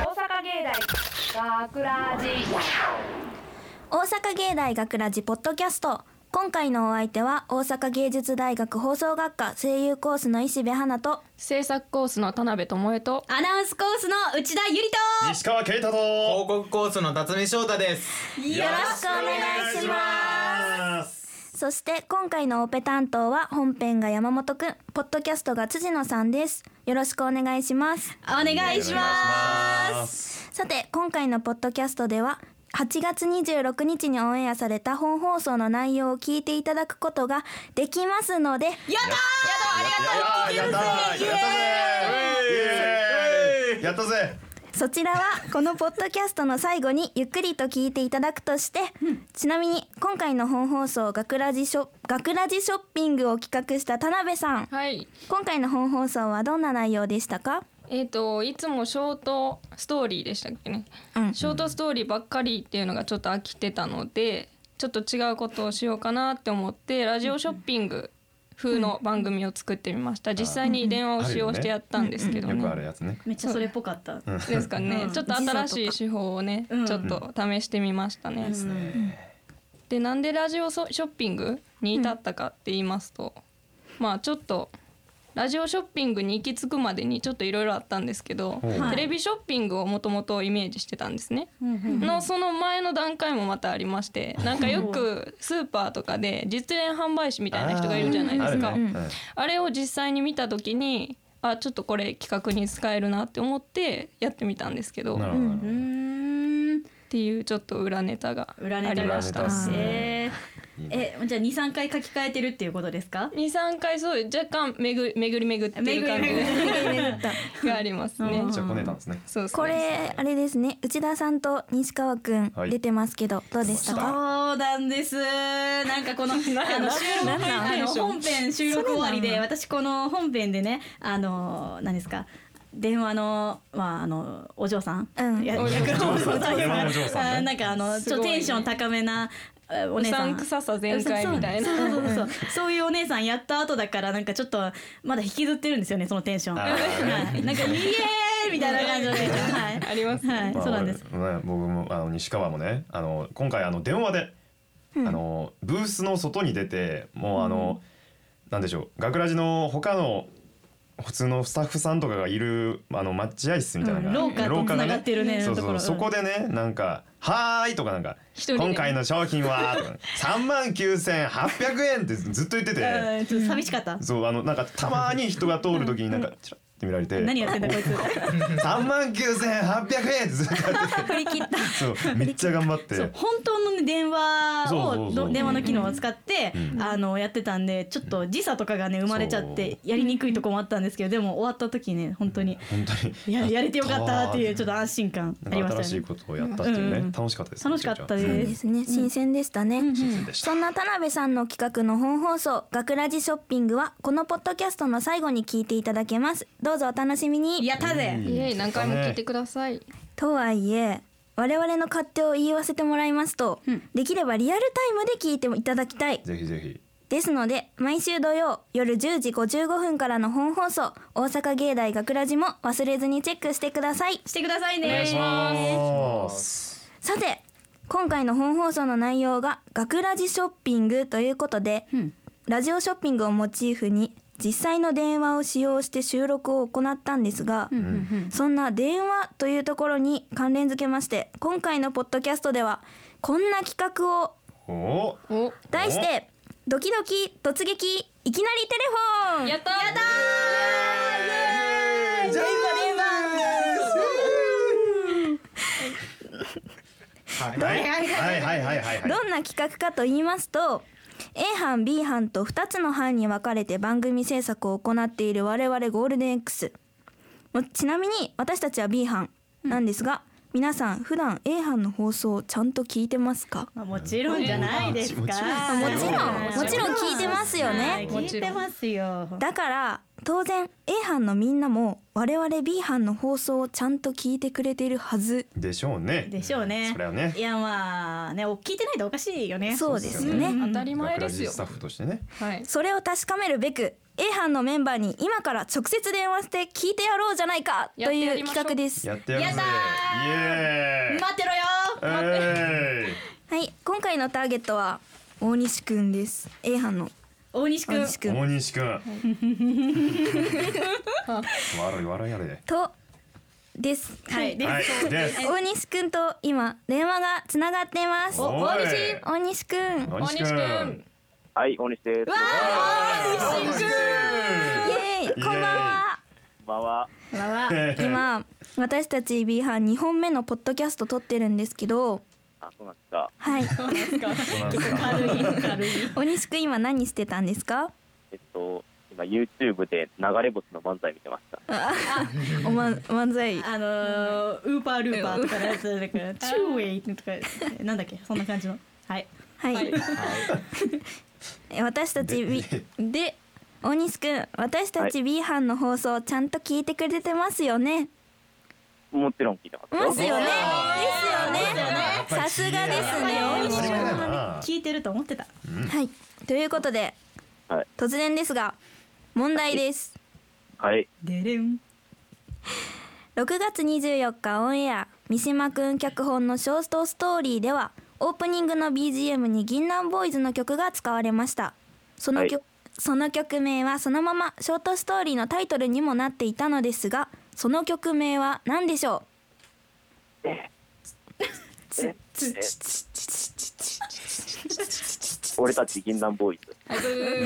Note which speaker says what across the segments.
Speaker 1: 大学ラジ
Speaker 2: 大阪芸大学ラジポッドキャスト今回のお相手は大阪芸術大学放送学科声優コースの石部花と
Speaker 3: 制作コースの田辺智恵と
Speaker 4: アナウンスコースの内田ゆり
Speaker 5: 西川圭太と
Speaker 6: 広告コースの辰巳翔太です。
Speaker 2: よろしくお願いしますそして今回のオペ担当は本編が山本くんポッドキャストが辻野さんですよろしくお願いします
Speaker 4: とお願いします
Speaker 2: さて今回のポッドキャストでは8月26日にオンエアされた本放送の内容を聞いていただくことができますので
Speaker 4: やった
Speaker 5: ありがとうやったぜやったぜ
Speaker 2: そちらはこのポッドキャストの最後にゆっくりと聞いていただくとして、ちなみに今回の本放送学ラジショ学ラジショッピングを企画した田辺さん
Speaker 3: はい
Speaker 2: 今回の本放送はどんな内容でしたか
Speaker 3: えっ、といつもショートストーリーでしたっけね、
Speaker 2: うん
Speaker 3: ショートストーリーばっかりっていうのがちょっと飽きてたのでちょっと違うことをしようかなって思ってラジオショッピング風の番組を作ってみました実際に電話を使用してやったんですけど
Speaker 5: よくある
Speaker 3: ね
Speaker 5: やつね
Speaker 4: めっちゃそれっぽかった
Speaker 3: ですかね、
Speaker 4: うん
Speaker 3: ちょっと新しい手法をね、
Speaker 4: うん
Speaker 3: ちょっと試してみましたね、
Speaker 4: うん
Speaker 3: でなんでラジオそショッピングに至ったかって言いますと、まあちょっとラジオショッピングに行き着くまでにちょっといろいろあったんですけど、
Speaker 5: はい
Speaker 3: テレビショッピングをもともとイメージしてたんですね。
Speaker 4: うん
Speaker 3: のその前の段階もまたありましてなんかよくスーパーとかで実演販売士みたいな人がいるじゃないですか。
Speaker 5: あ
Speaker 3: あ,、
Speaker 5: るねうん
Speaker 3: れを実際に見た時にあちょっとこれ企画に使えるなって思ってやってみたんですけど
Speaker 5: なる
Speaker 3: っ
Speaker 5: ほどなる
Speaker 4: う
Speaker 5: ほど
Speaker 4: ん
Speaker 3: ていうちょっと裏ネタが
Speaker 4: 裏ネ
Speaker 3: あ
Speaker 4: タ
Speaker 3: り
Speaker 4: が
Speaker 3: ま
Speaker 4: あ
Speaker 3: し。
Speaker 4: った
Speaker 5: 裏ネタっすね
Speaker 4: えーえじゃあ二三回書き換えてるっていうことですか
Speaker 3: 二三回そう若干めぐ巡り巡ってる感
Speaker 4: 巡り巡
Speaker 3: じがありますね。
Speaker 5: 一応こねたんですね
Speaker 3: そうですね
Speaker 2: これあれですね内田さんと西川くん
Speaker 5: はい
Speaker 2: 出てますけど、どうでし
Speaker 4: そ
Speaker 2: た
Speaker 4: う
Speaker 2: か
Speaker 4: なんですなんかこのあの収録
Speaker 3: なんなん
Speaker 4: あの本編収録終わり
Speaker 2: そ
Speaker 4: で
Speaker 2: れな
Speaker 4: 私この本編でねあの何ですか電話のまああのお嬢さん、
Speaker 2: うん
Speaker 4: や
Speaker 3: お嬢さん
Speaker 4: 役のお嬢さん
Speaker 5: 電話のお嬢さんね
Speaker 4: あなんかあのちょっとテンション高めなえお
Speaker 3: お
Speaker 4: 姉
Speaker 3: さ
Speaker 4: さん
Speaker 3: んくささ全開みたいな。
Speaker 4: そうそうそうそうそういうお姉さんやった後だからなんかちょっとまだ引きずってるんですよねそのテンション、
Speaker 5: あ
Speaker 4: は
Speaker 5: ー
Speaker 4: い、なんかイエーイみたいな感じで、はい、
Speaker 3: ありますね。
Speaker 4: はい、
Speaker 5: まあ
Speaker 4: そうなんです
Speaker 5: 俺ね僕もあの西川もねあの今回あの電話で、あのブースの外に出てもうあの、なんでしょう学ラジの他の普通のスタッフさんとかがいるあの待合室みたいなのが、
Speaker 4: うん廊下と
Speaker 5: が
Speaker 4: 繋がってるね
Speaker 5: そう
Speaker 4: と
Speaker 5: そ
Speaker 4: こ
Speaker 5: う
Speaker 4: ろ
Speaker 5: そこでねなんか「はーい」とかなんか
Speaker 3: 一人で
Speaker 5: 今回の商品は」とか「3万9800円」ってずっと言ってて
Speaker 4: うんちょっと寂しかった
Speaker 5: そうあのなんかたまに人が通る時になんかチラッて見られて
Speaker 4: 何やってんだこいつ
Speaker 5: 3万9800円ってずっとや ってて
Speaker 2: 振り切った
Speaker 5: そうめっちゃ頑張って
Speaker 4: そう本当のね電話
Speaker 5: そうそう
Speaker 4: を
Speaker 5: そう
Speaker 4: ど電話の機能を使って
Speaker 5: うん
Speaker 4: あのやってたんでちょっと時差とかがね生まれちゃってやりにくいとこもあったんですけどでも終わった時ね本当に
Speaker 5: 本当に
Speaker 4: ややれてよかったっていうちょっと安心感あり
Speaker 5: なん
Speaker 4: ま
Speaker 5: か
Speaker 4: した
Speaker 5: 新し
Speaker 4: よ
Speaker 5: い
Speaker 4: ね。
Speaker 5: ことをやったっていうね、
Speaker 4: うんうん
Speaker 5: 楽しかったです
Speaker 4: 楽しかったです
Speaker 5: めちゃ
Speaker 2: そうですね新鮮でしたね、
Speaker 5: くちゃ新鮮でした
Speaker 2: そんな田辺さんの企画の本放送「学ラジショッピングは」このポッドキャストの最後に聞いていただけますどうぞお楽しみに
Speaker 4: やったぜ
Speaker 3: イエイ何回も聞いてください。
Speaker 2: とはいえ我々の勝手を言わせてもらいますと、できればリアルタイムで聞いていただきたい
Speaker 5: ぜひぜひ
Speaker 2: ですので毎週土曜夜10時55分からの本放送大阪芸大学ラジも忘れずにチェックしてください
Speaker 4: してくださいね。
Speaker 5: ます
Speaker 2: さて今回の本放送の内容が「学ラジショッピング」ということで、
Speaker 4: ん
Speaker 2: ラジオショッピングをモチーフに実際の電話を使用して収録を行ったんですが、そんな電話というところに関連付けまして今回のポッドキャストではこんな企画を
Speaker 5: お
Speaker 3: お
Speaker 2: 題して「ドキドキ突撃いきなりテレフォン」
Speaker 3: やったやった
Speaker 5: えー、じゃあ はいはいはいはいはいはい
Speaker 2: どんな企画かと言いますと A 班 B 班と2つの班に分かれて番組制作を行っている我々ゴールデン X もちなみに私たちは B 班なんですが、皆さん普段 A 班の放送をちゃんと聞いてますか
Speaker 4: まあもちろんじゃないですか。
Speaker 5: もちろん
Speaker 2: もちろんもちろん聞いてますよね
Speaker 4: はい聞いてますよ。
Speaker 2: だから当然 A 班のみんなも我々 B 班の放送をちゃんと聞いてくれているはず
Speaker 5: でしょうね
Speaker 4: でしょうね
Speaker 5: それはね
Speaker 4: いやまあねお聞いてないとおかしいよね
Speaker 2: そうですよね、
Speaker 3: 当たり前
Speaker 5: 学
Speaker 3: で
Speaker 5: ラ
Speaker 3: す
Speaker 5: ジ
Speaker 3: よ
Speaker 5: スタッフとしてね
Speaker 3: はい
Speaker 2: それを確かめるべく A 班のメンバーに今から直接電話して聞いてやろうじゃないかと
Speaker 3: やってや
Speaker 2: いう
Speaker 3: りましょう
Speaker 2: 企画です
Speaker 5: やってやるぜイエーイ
Speaker 4: 待ってろよ
Speaker 5: え
Speaker 2: はい今回のターゲットは大西くんです A 班の
Speaker 4: 大西
Speaker 2: 大
Speaker 4: 君
Speaker 2: 西
Speaker 5: ー
Speaker 2: く
Speaker 5: い
Speaker 2: ん
Speaker 5: 大西くん笑い笑いやれ
Speaker 2: とです
Speaker 4: はいで
Speaker 5: はいです
Speaker 2: 大西くんと今電話がつながっています
Speaker 5: お大西
Speaker 2: 大西くん
Speaker 3: 大
Speaker 5: 大西
Speaker 3: 西
Speaker 5: く
Speaker 3: く
Speaker 5: ん
Speaker 3: ん
Speaker 7: はい、大西です。こ
Speaker 5: 大西く
Speaker 2: イエーイこんばん は
Speaker 7: んばんは。
Speaker 5: ん
Speaker 2: 今私たち B 班2本目のポッドキャスト撮ってるんですけど
Speaker 7: あ、そうなんですか。
Speaker 2: はい
Speaker 5: そうなんですか
Speaker 4: 軽い軽い
Speaker 2: 大西くん今何してたんです か
Speaker 7: えっと、今 YouTube で流れ星の漫才見てました。
Speaker 2: おま漫才
Speaker 4: あのーウーパールーパーとかのやつなんかチューウェイとかなんだっけそんな感じのはい
Speaker 2: はいえ 私たち B で大西くん私たち B 班の放送ちゃんと聞いてくれてますよね
Speaker 7: もちろん聞いてますよ。
Speaker 2: ますよねですよねさすがですね
Speaker 5: やっぱり
Speaker 2: 大
Speaker 5: 知
Speaker 2: 西
Speaker 5: り合いだな
Speaker 4: 聞いてると思ってた
Speaker 2: はいということで
Speaker 7: はい。
Speaker 2: 突然ですが問題です
Speaker 7: はい。
Speaker 4: でれん
Speaker 2: 6月24日オンエア三島くん脚本のショートストーリーではオープニングの BGM に銀杏ボーイズの曲が使われましたその曲、
Speaker 7: はい
Speaker 2: その曲名はそのままショートストーリーのタイトルにもなっていたのですがその曲名は何でしょ
Speaker 7: 俺たち銀杏ボーイズ。
Speaker 3: はいブー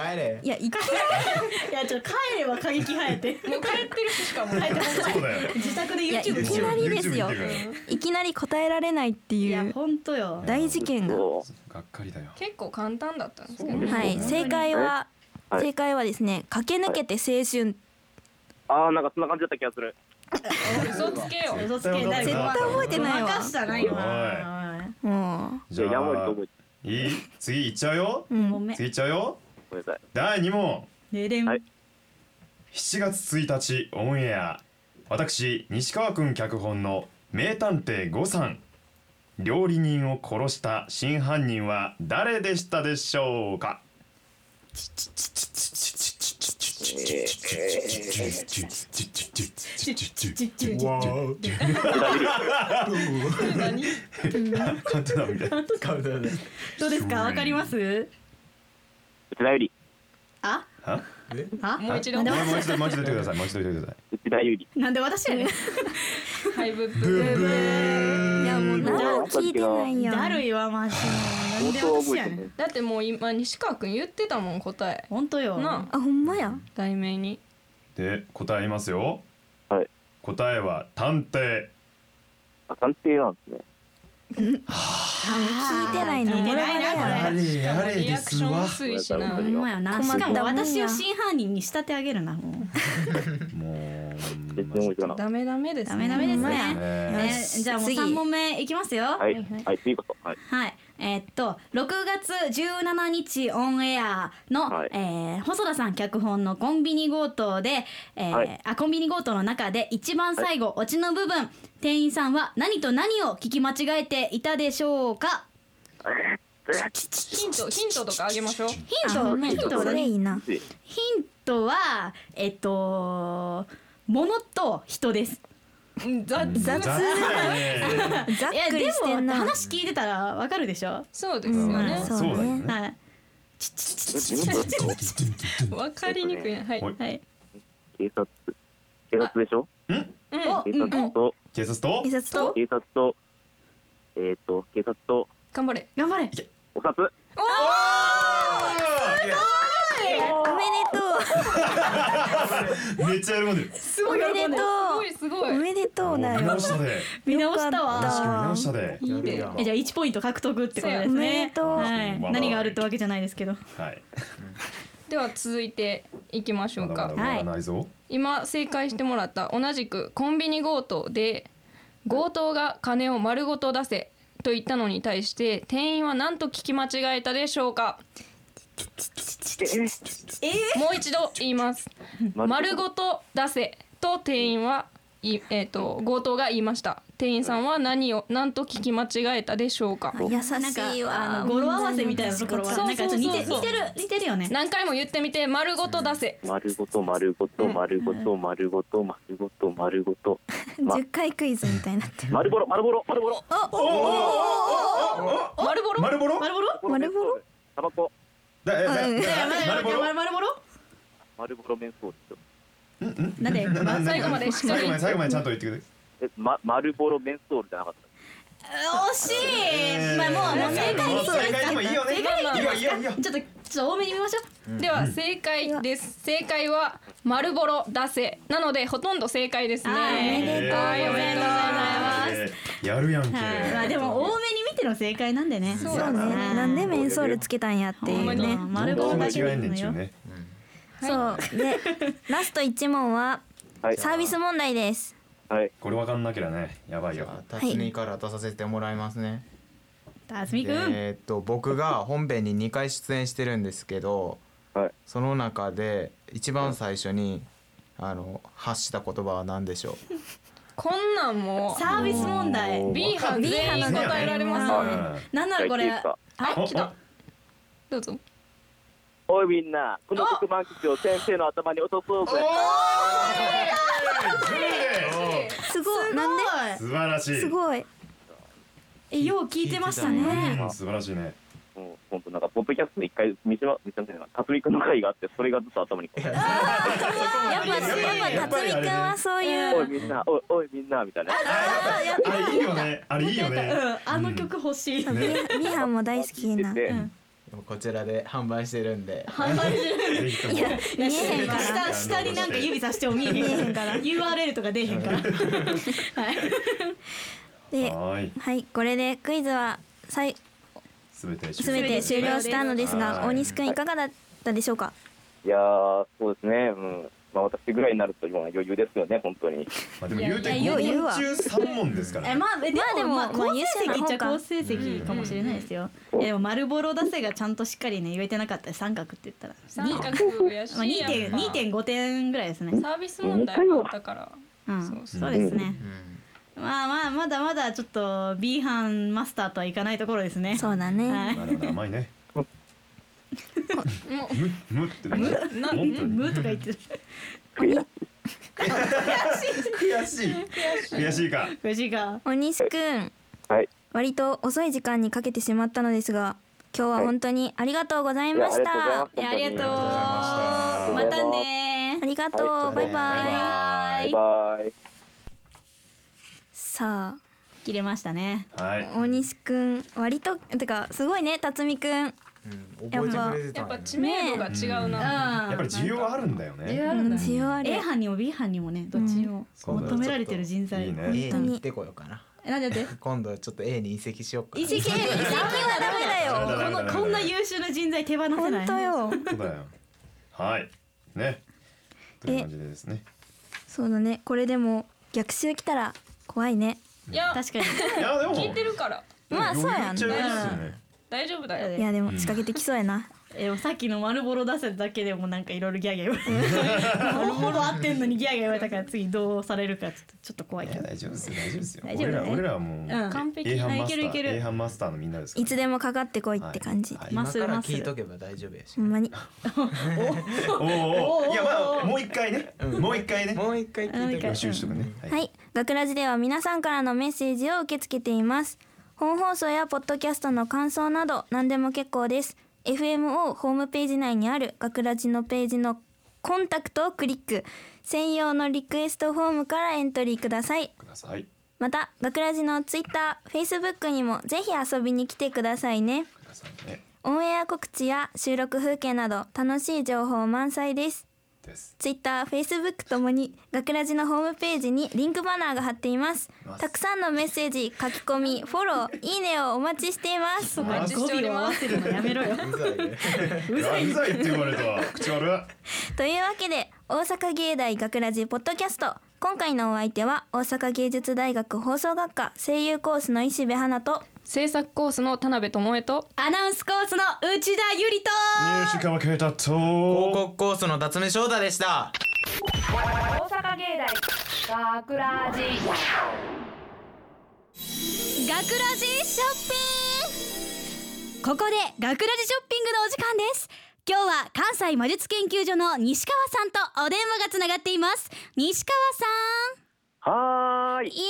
Speaker 6: 帰れ
Speaker 2: ういやい
Speaker 4: いやちょっと帰れば過激生えてもう帰ってるしかも帰って
Speaker 5: そうだよ
Speaker 4: 自宅で
Speaker 2: いやい
Speaker 4: YouTube
Speaker 2: きなりですよ
Speaker 5: YouTube 見てるか
Speaker 2: いきなり答えられないって
Speaker 4: い
Speaker 2: い
Speaker 4: や
Speaker 2: う
Speaker 4: 本当よ
Speaker 2: 大事件が
Speaker 7: そ
Speaker 5: らがっかりだよ
Speaker 3: 結構簡単だったんですけど
Speaker 2: は
Speaker 5: う
Speaker 2: い
Speaker 5: ん
Speaker 2: 正解は
Speaker 7: はい
Speaker 2: 正解はですね駆け抜けて青春
Speaker 7: う。あー、なんかそんな感じだった気がする。
Speaker 3: 嘘つけよ
Speaker 4: 嘘つけない
Speaker 5: 絶対
Speaker 2: 覚えてないわ
Speaker 4: 任したな今
Speaker 2: もう
Speaker 7: じゃあ、山盛りと覚えて。
Speaker 5: いい次行っちゃうよ
Speaker 2: うん
Speaker 4: ごめん
Speaker 5: 次行っちゃうよ
Speaker 7: ごめんなさい。
Speaker 5: 第2問
Speaker 4: でれん
Speaker 7: はい
Speaker 5: 7月1日オンエア私西川くん脚本の「名探偵ゴさん」料理人を殺した真犯人は誰でしたでしょうか
Speaker 3: 何
Speaker 5: カウントダウンみたいな
Speaker 6: カウントダウンです
Speaker 4: どうですかわかります
Speaker 7: 内田ゆり。
Speaker 4: あ
Speaker 5: あ
Speaker 4: あ
Speaker 3: もう一度
Speaker 5: も
Speaker 3: は
Speaker 5: う一度もう一度言ってくださいもう一度言ってくださ
Speaker 7: 内田ゆり。
Speaker 4: なんで私やねん
Speaker 3: いブーブー
Speaker 2: いやもう何も聞いてないやん
Speaker 4: だるいわマジもうなんで
Speaker 7: 元
Speaker 4: 私
Speaker 7: 覚え
Speaker 4: や
Speaker 7: て
Speaker 4: ね
Speaker 7: なんい。
Speaker 3: だってもう今西川くん言ってたもん答え
Speaker 4: 本当よ
Speaker 3: なあ
Speaker 2: あほんまや
Speaker 3: 題名に
Speaker 5: いで答えますよ
Speaker 7: はい。
Speaker 5: 答えは探偵
Speaker 7: あ、探偵なんですね。
Speaker 2: 聞いてないの
Speaker 4: 聞いてないな
Speaker 2: ボロボロや
Speaker 4: こ
Speaker 5: れ
Speaker 3: しかもリアクションも薄いし
Speaker 7: や
Speaker 3: な
Speaker 4: ほ
Speaker 7: れ
Speaker 4: んまやな
Speaker 2: 困
Speaker 4: し
Speaker 2: った
Speaker 4: か
Speaker 2: もんや
Speaker 4: も私を真犯人に仕立て上げるなもう
Speaker 5: もう
Speaker 7: 全然覚えてなかっ
Speaker 3: ダメダメです
Speaker 4: ダ
Speaker 3: ね
Speaker 4: メダメです
Speaker 2: ほんまや
Speaker 4: ね
Speaker 5: ね
Speaker 4: ねじゃあもう
Speaker 2: 次
Speaker 4: 三問目いきますよ
Speaker 7: た。はい。はい、次こそ。はい。
Speaker 4: はい、えーっと6月17日オンエアの、
Speaker 7: はい
Speaker 4: えー細田さん脚本のコンビニ強盗で、えー
Speaker 7: はい
Speaker 4: あコンビニ強盗の中で一番最後、オチの部分店員さんは何と何を聞き間違えていたでしょうか
Speaker 3: ヒントヒントとかあげましょう
Speaker 4: ヒン
Speaker 2: あ
Speaker 4: ト
Speaker 2: ごめん
Speaker 4: ヒント
Speaker 2: そ
Speaker 4: だ
Speaker 2: れ
Speaker 4: ね
Speaker 2: いいな
Speaker 4: ヒントはえっと物と人です
Speaker 3: うん雑
Speaker 5: 雑だね
Speaker 2: ざっ
Speaker 4: いや
Speaker 2: くりして
Speaker 4: で
Speaker 2: ん
Speaker 4: も
Speaker 2: な
Speaker 4: 話聞いてたらわかるでしょ、
Speaker 3: そうですよね
Speaker 5: そうだよね
Speaker 4: はい
Speaker 3: わかりにくいなはい
Speaker 5: おい
Speaker 4: はい
Speaker 7: 警察。警察でしょ
Speaker 3: うん
Speaker 7: 警察と、
Speaker 5: 警察と
Speaker 2: 警察と
Speaker 7: 警察と、えーっと、警察と、
Speaker 3: 頑張れ
Speaker 4: 頑張れ
Speaker 7: お札。
Speaker 2: おめでと
Speaker 5: めっちゃやるもんで。
Speaker 4: すご
Speaker 2: い喜んでる
Speaker 3: すごいすご
Speaker 2: うお
Speaker 3: い
Speaker 2: めでとうだ
Speaker 5: 見直
Speaker 2: よ
Speaker 5: したで。
Speaker 4: 見直した
Speaker 2: よ
Speaker 4: わ
Speaker 2: かっ
Speaker 5: 確かに見直したで。
Speaker 3: いいね
Speaker 4: えじゃあ1ポイント獲得ってことです
Speaker 2: おめで
Speaker 4: ね。
Speaker 2: とう
Speaker 4: はい、
Speaker 5: うん
Speaker 4: 何があるってわけじゃないですけど。
Speaker 5: はい。
Speaker 3: では続いていきましょ
Speaker 5: ま
Speaker 3: う
Speaker 5: だま
Speaker 3: か
Speaker 5: だ終わらないぞ。
Speaker 3: 今正解してもらった同じくコンビニ強盗で強盗が金を丸ごと出せと言ったのに対して店員は何と聞き間違えたでしょうかもう一度言います。丸ごと出せと店員はいえっ、と強盗が言いました。店員さんは何を何と聞き間違えたでしょうか。
Speaker 2: 優
Speaker 4: なんか
Speaker 2: しい
Speaker 4: あ
Speaker 2: わ
Speaker 4: の語呂合わせみたいなところは
Speaker 3: そう
Speaker 4: なんかちょっと似て
Speaker 3: そうそうそう
Speaker 4: 似てる似てるよね。
Speaker 3: 何回も言ってみて丸ごと出せ。
Speaker 7: 丸ごと丸ごと丸ごと丸ごと丸ごと丸ご とま
Speaker 2: 10回クイズみたいになってる
Speaker 7: 丸ボロ丸ボロ丸ボロ
Speaker 3: 丸ボロ。
Speaker 5: 丸ボロ
Speaker 4: 丸ボロ？
Speaker 2: 丸ボロ
Speaker 7: タバコ
Speaker 5: だだだ
Speaker 2: うん
Speaker 5: 丸ボロ
Speaker 4: 丸丸ボロ？
Speaker 7: 丸ボロメンソールです
Speaker 4: なんで？
Speaker 5: ななな
Speaker 3: 最後までしっかり
Speaker 5: 最後まで最後までちゃんと言ってくれ
Speaker 7: よえ、ま、丸ボロメンソールじゃなかった
Speaker 4: 惜しい。まあもうもう正解
Speaker 5: もう正解でもいいよね
Speaker 4: 正解
Speaker 5: いいよいいよいいよ
Speaker 4: ちょっとちょっと多めに見ましょう。
Speaker 3: では正解です。正解は丸ボロ出せなのでほとんど正解ですね。
Speaker 4: あーおめでとう
Speaker 3: はいおめでとうございます。
Speaker 5: すやるやんけ
Speaker 4: はい。まあでも多めに見ての正解なんでね。
Speaker 3: そう
Speaker 2: そうね
Speaker 4: はい
Speaker 2: なんでメンソールつけたんやっていう
Speaker 4: ほんま
Speaker 2: ね
Speaker 4: だ丸ボロ
Speaker 5: 間
Speaker 4: だ
Speaker 5: 違
Speaker 4: けでい
Speaker 5: え
Speaker 4: い
Speaker 5: んねん
Speaker 4: の
Speaker 5: ちゅう
Speaker 4: よ。
Speaker 5: ね
Speaker 2: そうでラスト1問は
Speaker 7: はい
Speaker 2: サービス問題です
Speaker 7: はい
Speaker 5: これわかんなきゃねやばい
Speaker 6: じ
Speaker 5: よ
Speaker 6: ゃあ辰巳から出させてもらいますね、
Speaker 4: たすみくん。
Speaker 6: えーっと僕が本編に2回出演してるんですけど
Speaker 7: はい
Speaker 6: その中で一番最初にあの発した言葉は何でしょう
Speaker 3: こんなんも
Speaker 4: サービス問題。
Speaker 3: う B 班全員答えられますね。
Speaker 5: うん
Speaker 4: なんならこ
Speaker 7: じ
Speaker 4: れ
Speaker 7: ゃあいいですか
Speaker 5: お
Speaker 3: はい来た。どうぞ。
Speaker 7: おいみんなこの黒板基地を先生の頭に落とそうぜ
Speaker 2: すごいなんで
Speaker 5: 素晴らしい
Speaker 2: すごい
Speaker 4: えよう聞いてましたね。
Speaker 5: うん素晴らしいね
Speaker 7: もう本当なんかポッドキャストで一回三島三島さんが辰巳君の会があってそれがずっと頭にこう
Speaker 2: やっぱやっぱ辰巳君はそうい
Speaker 7: おいうみんなおいおいみんなみたいな
Speaker 5: あれいいよねあれいいよね
Speaker 4: うんあの曲欲し
Speaker 2: ミ
Speaker 4: い。
Speaker 2: ーミーハンも大好きな見
Speaker 7: で
Speaker 6: こちらで販売してるんで
Speaker 4: 販売中
Speaker 5: ぜひとも
Speaker 2: えへんから
Speaker 4: 下下になんか指さしても見えへんから URL とか出えへんからはい
Speaker 2: で
Speaker 5: はーい
Speaker 2: はいこれでクイズはさい
Speaker 5: すべて
Speaker 2: 全て終了したのですが
Speaker 5: はい
Speaker 2: 大西君いかがだったでしょうか
Speaker 7: いやーそうですねうんまあ私ぐらいになると今は余裕ですよね本当に
Speaker 5: まあでも言うて
Speaker 2: いやいや言う言
Speaker 5: 5
Speaker 2: うわ
Speaker 5: 問中3問ですから
Speaker 4: え
Speaker 5: ね
Speaker 4: まあえで
Speaker 2: まあで
Speaker 4: も
Speaker 2: も
Speaker 4: まあ好成
Speaker 2: 優秀な
Speaker 4: 績
Speaker 2: 方
Speaker 4: っ
Speaker 2: か
Speaker 4: ちゃ好成績かもしれないですよいやでも丸ボロ出せがちゃんとしっかりね言えてなかった三角って言ったら
Speaker 3: 三角増やし
Speaker 4: まあ
Speaker 3: やっぱ
Speaker 4: 2.5 2.5点ぐらいですね
Speaker 3: サービス問題だったから。
Speaker 4: うん
Speaker 3: そうそう
Speaker 4: そうですね
Speaker 6: うん
Speaker 4: まあまあまだまだちょっと B 班マスターとはいかないところですね
Speaker 2: そうだ
Speaker 4: は
Speaker 2: ね
Speaker 5: まだまだ甘いね
Speaker 3: も
Speaker 5: むむってね
Speaker 3: うな
Speaker 5: 本当に
Speaker 4: ムーとか言ってる
Speaker 5: 悔しい悔しいか
Speaker 4: 嬉しいか
Speaker 2: 大西君
Speaker 7: はい
Speaker 2: 割と遅い時間にかけてしまったのですが今日は本当にありがとうございました、あ
Speaker 4: いやありがとう
Speaker 5: あ
Speaker 4: ま
Speaker 7: りがと
Speaker 4: た
Speaker 7: うございました
Speaker 4: ね
Speaker 2: りがとう、バイバイ
Speaker 7: はいバイバイ
Speaker 2: さ
Speaker 4: 切れましたね
Speaker 5: はい
Speaker 2: あ大西君割とてかすごいね辰巳君
Speaker 6: うん、覚えてくれて
Speaker 3: や
Speaker 6: た
Speaker 3: っ
Speaker 6: んや
Speaker 3: ぱ
Speaker 6: ね
Speaker 3: 知名度が違うな。
Speaker 5: やっぱり需要はあるんだよね
Speaker 2: う
Speaker 4: あ
Speaker 2: ん強ある
Speaker 4: A 班にも B 班にもねどっちにも
Speaker 5: うん
Speaker 4: 求められてる人材、
Speaker 5: いいね
Speaker 6: A に行ってこようかな
Speaker 4: えなんでだって
Speaker 6: 今度ちょっと A に移籍しようかな
Speaker 4: 移籍移籍はダメだよ
Speaker 5: ダメだダメだダメだ
Speaker 4: このこんな優秀な人材手放せない
Speaker 2: 本当よ
Speaker 5: そうだよはいねという感じでですね
Speaker 2: そうだねこれでも逆襲来たら怖いね
Speaker 3: いや
Speaker 4: 確かに
Speaker 5: いやでも
Speaker 3: 聞いてるから
Speaker 2: まあそうやん
Speaker 5: 余裕っちゃ
Speaker 2: ね
Speaker 5: 余裕ですよね
Speaker 3: 大丈夫だよ。
Speaker 2: いやでも仕掛けてきそうやな
Speaker 4: えでもさっきの丸ボロ出せだけでもなんかいろいろギャーギャー言われ た丸ボロ合ってんのにギャーギャー言われたから次どうされるかちょっとちょっと怖い
Speaker 5: い
Speaker 4: け
Speaker 5: や
Speaker 4: ど
Speaker 5: 大丈夫ですよ大丈夫ですよ
Speaker 4: 大丈夫
Speaker 5: 俺ら
Speaker 4: ね
Speaker 5: 俺らはもう
Speaker 4: うん
Speaker 3: 完璧
Speaker 5: A 班マ
Speaker 4: いけ
Speaker 5: スタ
Speaker 4: るいけ
Speaker 5: ー
Speaker 4: る
Speaker 5: A 班マスターのみんなですから
Speaker 2: いつでもかかってこいって感じ、
Speaker 5: はい
Speaker 4: マ
Speaker 6: 今
Speaker 4: スル
Speaker 6: から
Speaker 4: マス
Speaker 6: 聞いと
Speaker 4: ル
Speaker 6: けば大丈夫やし
Speaker 2: ほんまに
Speaker 5: おーおーいやまあもう一回ねもう一回ね
Speaker 6: もう一回聞いとけ
Speaker 5: 予
Speaker 6: ば
Speaker 5: 習しとくね
Speaker 2: はいい、学ラジでは皆さんからのメッセージを受け付けています。本放送やポッドキャストの感想など何でも結構です。FMO ホームページ内にある学ラジのページのコンタクトをクリック。専用のリクエストフォームからエントリーください。
Speaker 5: ください
Speaker 2: また、学ラジの Twitter、Facebook にもぜひ遊びに来てくださいね。
Speaker 5: くださいね
Speaker 2: オンエア告知や収録風景など楽しい情報満載です。
Speaker 5: です
Speaker 2: ツイッター、フェイスブックともに学ラジのホームページにリンクバナーが貼っています。たくさんのメッセージ、書き込み、フォロー、いいねをお待ちしてい ます。
Speaker 4: 語尾
Speaker 5: マス
Speaker 4: を合わせるのやめろよ
Speaker 6: うざいね
Speaker 5: うざいうざいって言われたわ口悪い
Speaker 2: というわけで、大阪芸大学ラジポッドキャスト。今回のお相手は大阪芸術大学放送学科声優コースの石部花と
Speaker 3: 制作コースの田辺智恵と
Speaker 8: アナウンスコースの内田ゆりと
Speaker 5: 入試川慶太と
Speaker 6: 広告コースの辰巳翔太でした
Speaker 1: 大阪芸大学ラジ
Speaker 8: 学ラジショッピングここで学ラジショッピングのお時間です今日は関西魔術研究所の西川さんとお電話がつながっています西川さ
Speaker 7: はー
Speaker 8: ん
Speaker 7: い
Speaker 8: いや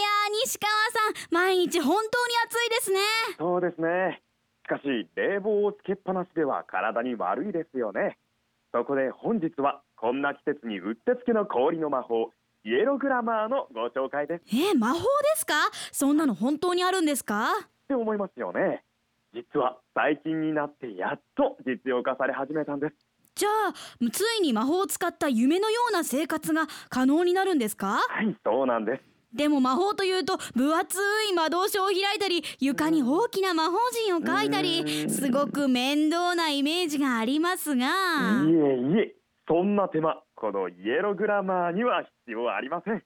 Speaker 8: ー西川さん毎日本当に暑いですね
Speaker 7: そうですねしかし冷房をつけっぱなしでは体に悪いですよねそこで本日はこんな季節にうってつけの氷の魔法イエログラマーのご紹介です
Speaker 8: えー魔法ですか そんなの本当にあるんですか
Speaker 7: って思いますよね実は最近になってやっと実用化され始めたんです
Speaker 8: じゃあついに魔法を使った夢のような生活が可能になるんですか
Speaker 7: はいそうなんです
Speaker 8: でも魔法というと分厚い魔導書を開いたり床に大きな魔法陣を書いたりすごく面倒なイメージがありますが
Speaker 7: いえいえそんな手間このイエログラマーには必要ありません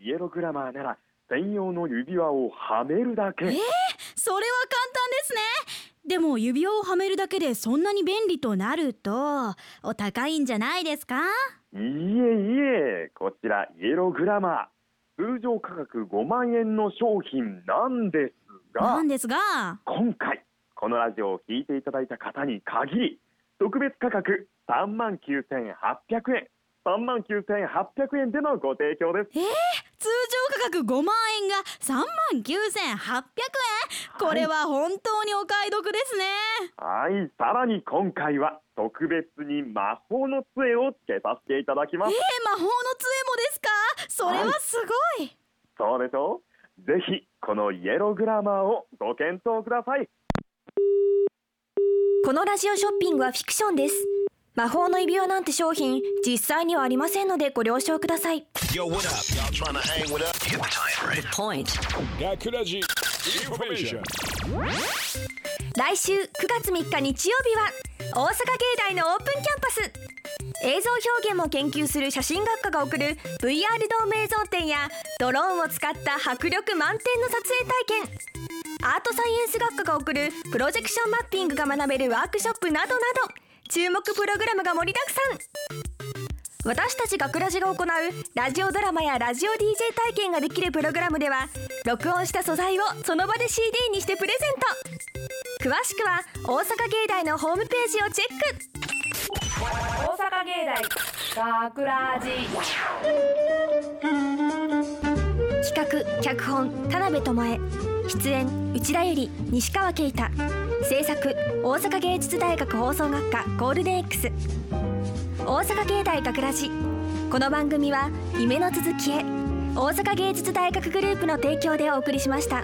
Speaker 7: イエログラマーなら専用の指輪をはめるだけ
Speaker 8: それは簡単ですねでも指輪をはめるだけでそんなに便利となるとお高いんじゃないですか
Speaker 7: いえいえこちらイエログラマー通常価格5万円の商品なんですが
Speaker 8: なんですが
Speaker 7: 今回このラジオを聞いていただいた方に限り特別価格3万9800円3万9800円でのご提供です
Speaker 8: 通常価格5万円が3万9800円これは本当にお買い得ですね、
Speaker 7: はいさらに今回は特別に魔法の杖をつけさせていただきます
Speaker 8: えー魔法の杖もですかそれはすごい
Speaker 7: そうでしょうぜひこのイエログラマーをご検討ください
Speaker 9: このラジオショッピングはフィクションです魔法の指輪なんて商品実際にはありませんのでご了承ください
Speaker 10: Yo, what up? Y'all trying to hang with us? The point. Gakuraji. Information.
Speaker 9: 来週9月3日日曜日は大阪芸大のオープンキャンパス映像表現も研究する写真学科が送る VR ドーム映像展やドローンを使った迫力満点の撮影体験アートサイエンス学科が送るプロジェクションマッピングが学べるワークショップなどなど注目プログラムが盛りだくさん私たち学ラジが行うラジオドラマやラジオ DJ 体験ができるプログラムでは録音した素材をその場で CD にしてプレゼント詳しくは大阪芸大のホームページをチェック
Speaker 1: 大阪芸大学ラジ
Speaker 9: 企画脚本田辺智恵出演内田由里西川圭太制作大阪芸術大学放送学科ゴールデン X 大阪芸大学ラジこの番組は夢の続きへ大阪芸術大学グループの提供でお送りしました。